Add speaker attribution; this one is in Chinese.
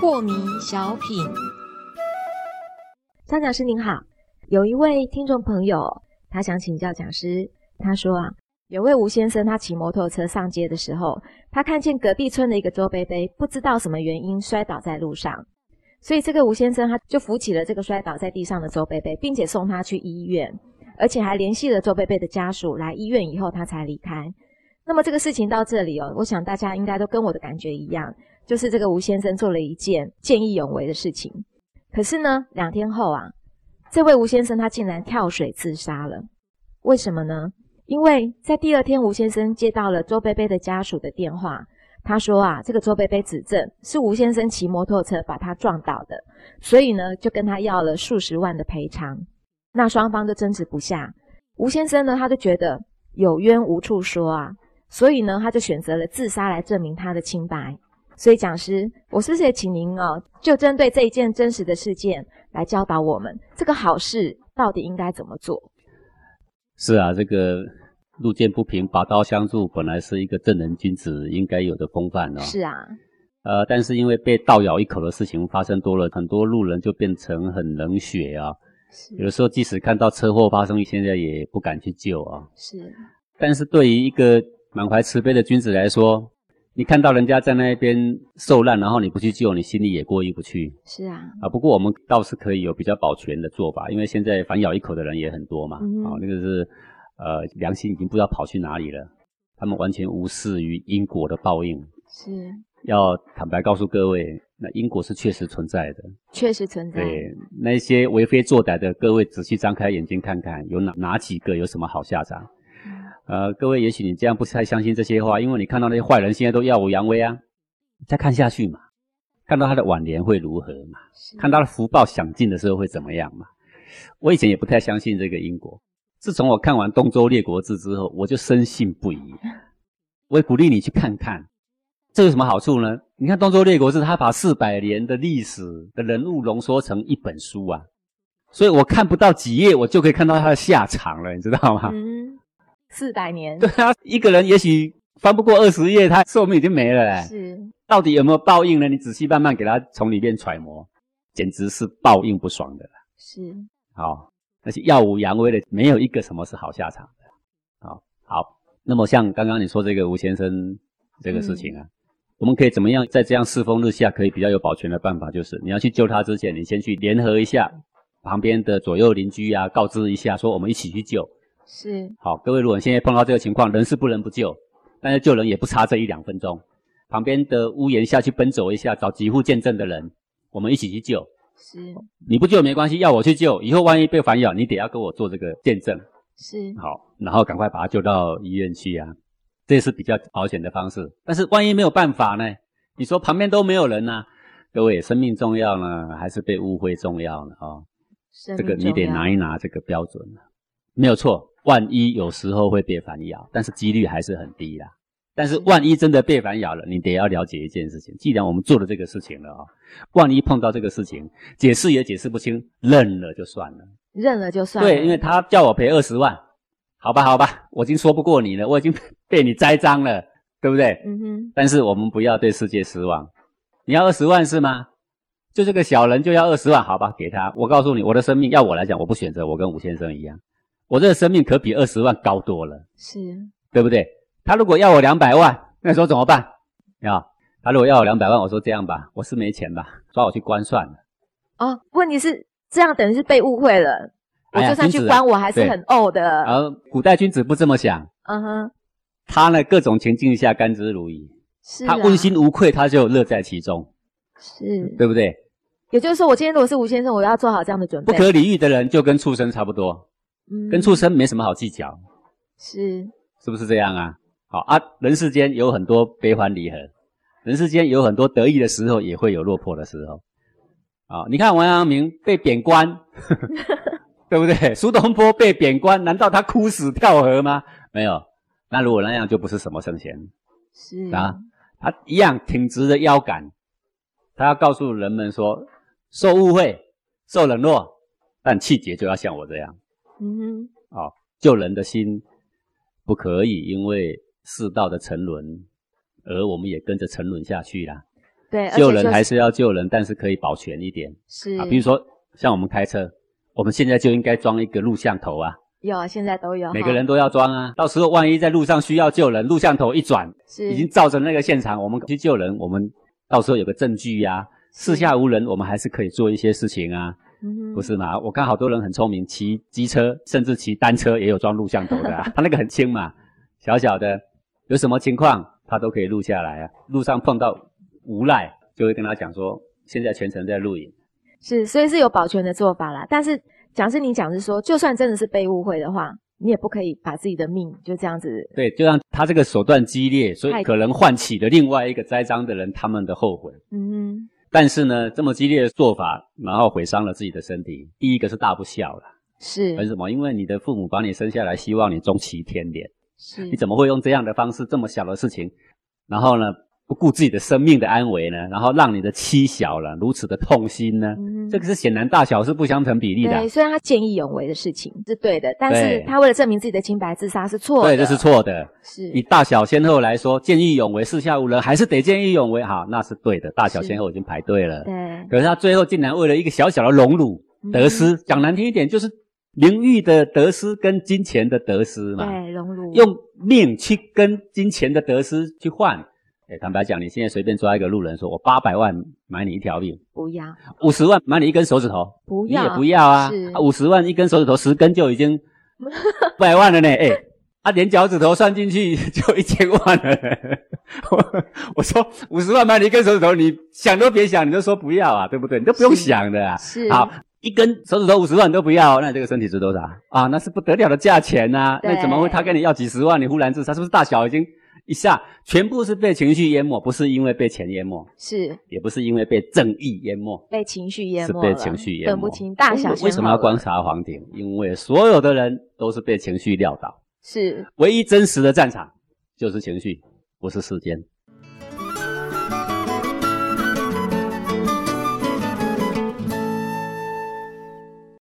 Speaker 1: 破迷小品，张讲师您好，有一位听众朋友，他想请教讲师，他说啊，有位吴先生，他骑摩托车上街的时候，他看见隔壁村的一个周贝贝，不知道什么原因摔倒在路上，所以这个吴先生他就扶起了这个摔倒在地上的周贝贝，并且送他去医院，而且还联系了周贝贝的家属来医院以后，他才离开。那么这个事情到这里哦，我想大家应该都跟我的感觉一样，就是这个吴先生做了一件见义勇为的事情。可是呢，两天后啊，这位吴先生他竟然跳水自杀了。为什么呢？因为在第二天，吴先生接到了周贝贝的家属的电话，他说啊，这个周贝贝指证是吴先生骑摩托车把他撞倒的，所以呢，就跟他要了数十万的赔偿。那双方都争执不下，吴先生呢，他就觉得有冤无处说啊。所以呢，他就选择了自杀来证明他的清白。所以讲师，我是不是也请您哦，就针对这一件真实的事件来教导我们，这个好事到底应该怎么做？
Speaker 2: 是啊，这个路见不平拔刀相助，本来是一个正人君子应该有的风范哦。
Speaker 1: 是啊，
Speaker 2: 呃，但是因为被倒咬一口的事情发生多了，很多路人就变成很冷血啊。有的时候即使看到车祸发生，现在也不敢去救啊。
Speaker 1: 是，
Speaker 2: 但是对于一个满怀慈悲的君子来说，你看到人家在那边受难，然后你不去救，你心里也过意不去
Speaker 1: 是啊，
Speaker 2: 啊。不过我们倒是可以有比较保全的做法，因为现在反咬一口的人也很多嘛，啊、
Speaker 1: 嗯
Speaker 2: 那个是呃良心已经不知道跑去哪里了，他们完全无视于因果的报应。
Speaker 1: 是，
Speaker 2: 要坦白告诉各位，那因果是确实存在的。
Speaker 1: 确实存在。
Speaker 2: 对那些为非作歹的，各位仔细张开眼睛看看，有哪哪几个有什么好下场？呃，各位，也许你这样不太相信这些话，因为你看到那些坏人现在都耀武扬威啊，再看下去嘛，看到他的晚年会如何嘛，
Speaker 1: 是
Speaker 2: 看到他的福报享尽的时候会怎么样嘛。我以前也不太相信这个因果，自从我看完《东周列国志》之后，我就深信不疑。我也鼓励你去看看，这有什么好处呢？你看《东周列国志》，他把四百年的历史的人物浓缩成一本书啊，所以我看不到几页，我就可以看到他的下场了，你知道吗？
Speaker 1: 嗯，四百年
Speaker 2: 对啊，一个人也许翻不过二十页，他寿命已经没了嘞。
Speaker 1: 是
Speaker 2: 到底有没有报应呢？你仔细慢慢给他从里面揣摩，简直是报应不爽的啦。
Speaker 1: 是
Speaker 2: 好、那些耀武扬威的，没有一个什么是好下场的。好、好，那么像刚刚你说这个吴先生这个事情啊，我们可以怎么样在这样世风日下可以比较有保全的办法？就是你要去救他之前，你先去联合一下旁边的左右邻居啊，告知一下说我们一起去救。
Speaker 1: 是
Speaker 2: 好，各位，如果你现在碰到这个情况，人是不能不救，但是救人也不差这一两分钟。旁边的屋檐下去奔走一下，找几户见证的人，我们一起去救。
Speaker 1: 是
Speaker 2: 你不救没关系，要我去救，以后万一被反咬，你得要跟我做这个见证。
Speaker 1: 是
Speaker 2: 好，然后赶快把他救到医院去啊，这是比较保险的方式。但是万一没有办法呢？你说旁边都没有人呐、各位，生命重要呢，还是被误会重要呢？哦，
Speaker 1: 生
Speaker 2: 这
Speaker 1: 命
Speaker 2: 个你得
Speaker 1: 重要
Speaker 2: 拿一拿这个标准啊没有错。万一有时候会被反咬，但是几率还是很低啦。但是
Speaker 1: 是
Speaker 2: 万一真的被反咬了，你得要了解一件事情：既然我们做了这个事情了啊、万一碰到这个事情，解释也解释不清，认了就算了。
Speaker 1: 认了就算了
Speaker 2: 对，因为他叫我赔二十万，好吧，好吧，我已经说不过你了，我已经 被你栽赃了，对不对？
Speaker 1: 嗯哼
Speaker 2: 但是我们不要对世界失望。你要二十万是吗？就这个小人就要二十万，好吧，给他。我告诉你，我的生命要我来讲，我不选择，我跟吴先生一样，我这个生命可比二十万高多了，
Speaker 1: 是
Speaker 2: 对不对？他如果要我两百万，那时候怎么办？啊，他如果要我两百万，我说这样吧，我是没钱吧，抓我去关算了。
Speaker 1: 哦，问题是这样等于是被误会了，我
Speaker 2: 哎呀
Speaker 1: 就算去
Speaker 2: 君子啊
Speaker 1: 关我还是
Speaker 2: 对啊
Speaker 1: 很呕的，
Speaker 2: 而古代君子不这么想，
Speaker 1: 嗯哼，
Speaker 2: 他呢各种情境下甘之如饴，
Speaker 1: 是
Speaker 2: 他
Speaker 1: 啊
Speaker 2: 问心无愧，他就乐在其中，
Speaker 1: 是
Speaker 2: 对不对？
Speaker 1: 也就是说，我今天如果是吴先生，我要做好这样的准
Speaker 2: 不
Speaker 1: 备。
Speaker 2: 可理喻的人就跟畜生差不多，
Speaker 1: 嗯
Speaker 2: 跟畜生没什么好计较，
Speaker 1: 是
Speaker 2: 是不是这样啊？好啊，人世间有很多悲欢离合，人世间有很多得意的时候，也会有落魄的时候。啊，你看王阳明被贬官，对不对？苏东坡被贬官，难道他哭死跳河吗？没有，那如果那样，就不是什么圣贤。
Speaker 1: 是
Speaker 2: 啊，他一样挺直的腰杆，他要告诉人们说，受误会、受冷落，但气节就要像我这样，
Speaker 1: 嗯哼，
Speaker 2: 哦，救人的心不可以因为世道的沉沦，而我们也跟着沉沦下去啦。
Speaker 1: 对，而且就
Speaker 2: 救
Speaker 1: 嗯
Speaker 2: 人还是要救人，但是可以保全一点
Speaker 1: 是，
Speaker 2: 啊。比如说，像我们开车，我们现在就应该装一个录像头啊，
Speaker 1: 有现在都有哈，
Speaker 2: 每个人都要装啊。到时候万一在路上需要救人，录像头一转，
Speaker 1: 是
Speaker 2: 已经造成那个现场，我们去救人，我们到时候有个证据呀、四下无人，我们还是可以做一些事情啊，
Speaker 1: 嗯哼
Speaker 2: 不是吗？我看好多人很聪明，骑机车甚至骑单车也有装录像头 的、啊，他那个很轻嘛，小小的，有什么情况他都可以录下来啊。路上碰到无赖，就会跟他讲说，现在全程在录影，
Speaker 1: 是，所以是有保全的做法啦。但是讲是你讲是说，就算真的是被误会的话，你也不可以把自己的命就这样子。
Speaker 2: 对，就让他这个手段激烈，所
Speaker 1: 太
Speaker 2: 以可能唤起了另外一个栽赃的人他们的后悔。
Speaker 1: 嗯哼，
Speaker 2: 但是呢，这么激烈的做法，然后毁伤了自己的身体，第一个是大不孝了。为
Speaker 1: 是
Speaker 2: 什么？因为你的父母把你生下来，希望你终其天年，
Speaker 1: 是，
Speaker 2: 你怎么会用这样的方式，这么小的事情，然后呢，不顾自己的生命的安危呢？然后让你的妻小了如此的痛心呢？
Speaker 1: 嗯哼
Speaker 2: 这个是显然大小是不相成比例的啊
Speaker 1: 对，，虽然他见义勇为的事情是对的，但是
Speaker 2: 对
Speaker 1: 他为了证明自己的清白，自杀是错的。
Speaker 2: 对，这是错的。
Speaker 1: 是
Speaker 2: 以大小先后来说，见义勇为，四下无人，还是得见义勇为，好，那是对的。大小
Speaker 1: 是
Speaker 2: 先后已经排队了，
Speaker 1: 对
Speaker 2: 可是他最后竟然为了一个小小的荣辱得，
Speaker 1: 嗯
Speaker 2: 失，讲难听一点，就是名誉的得失跟金钱的得失嘛。
Speaker 1: 对，荣辱
Speaker 2: 用命去跟金钱的得失去换。哎，坦白讲，你现在随便抓一个路人说，我八百万买你一条命，
Speaker 1: 不要
Speaker 2: 五十万买你一根手指头，
Speaker 1: 不
Speaker 2: 你也
Speaker 1: 要
Speaker 2: 不要啊
Speaker 1: 是！
Speaker 2: 五十、50万一根手指头，十根就已 经百万了呢。哎，啊，连脚趾头算进去 就一千万了。 我我说五十万买你一根手指头，你想都别想，你都说不要啊，对不对？你都不用
Speaker 1: 是
Speaker 2: 想的啊。
Speaker 1: 是
Speaker 2: 好，一根手指头五十万都不要，那你这个身体值多少啊？那是不得了的价钱呐、
Speaker 1: 对
Speaker 2: 那怎么会他跟你要几十万，你忽然自杀，是不是大小已经一下全部是被情绪淹没？不是因为被钱淹没，
Speaker 1: 是
Speaker 2: 也不是因为被正义淹没，
Speaker 1: 被情绪淹
Speaker 2: 是
Speaker 1: 没
Speaker 2: 被
Speaker 1: 了
Speaker 2: 情绪淹没。哎
Speaker 1: 分不清大小先后了。
Speaker 2: 为什么要观察黄庭？因为所有的人都是被情绪撂倒，
Speaker 1: 是
Speaker 2: 唯一真实的战场就是情绪，不是世间。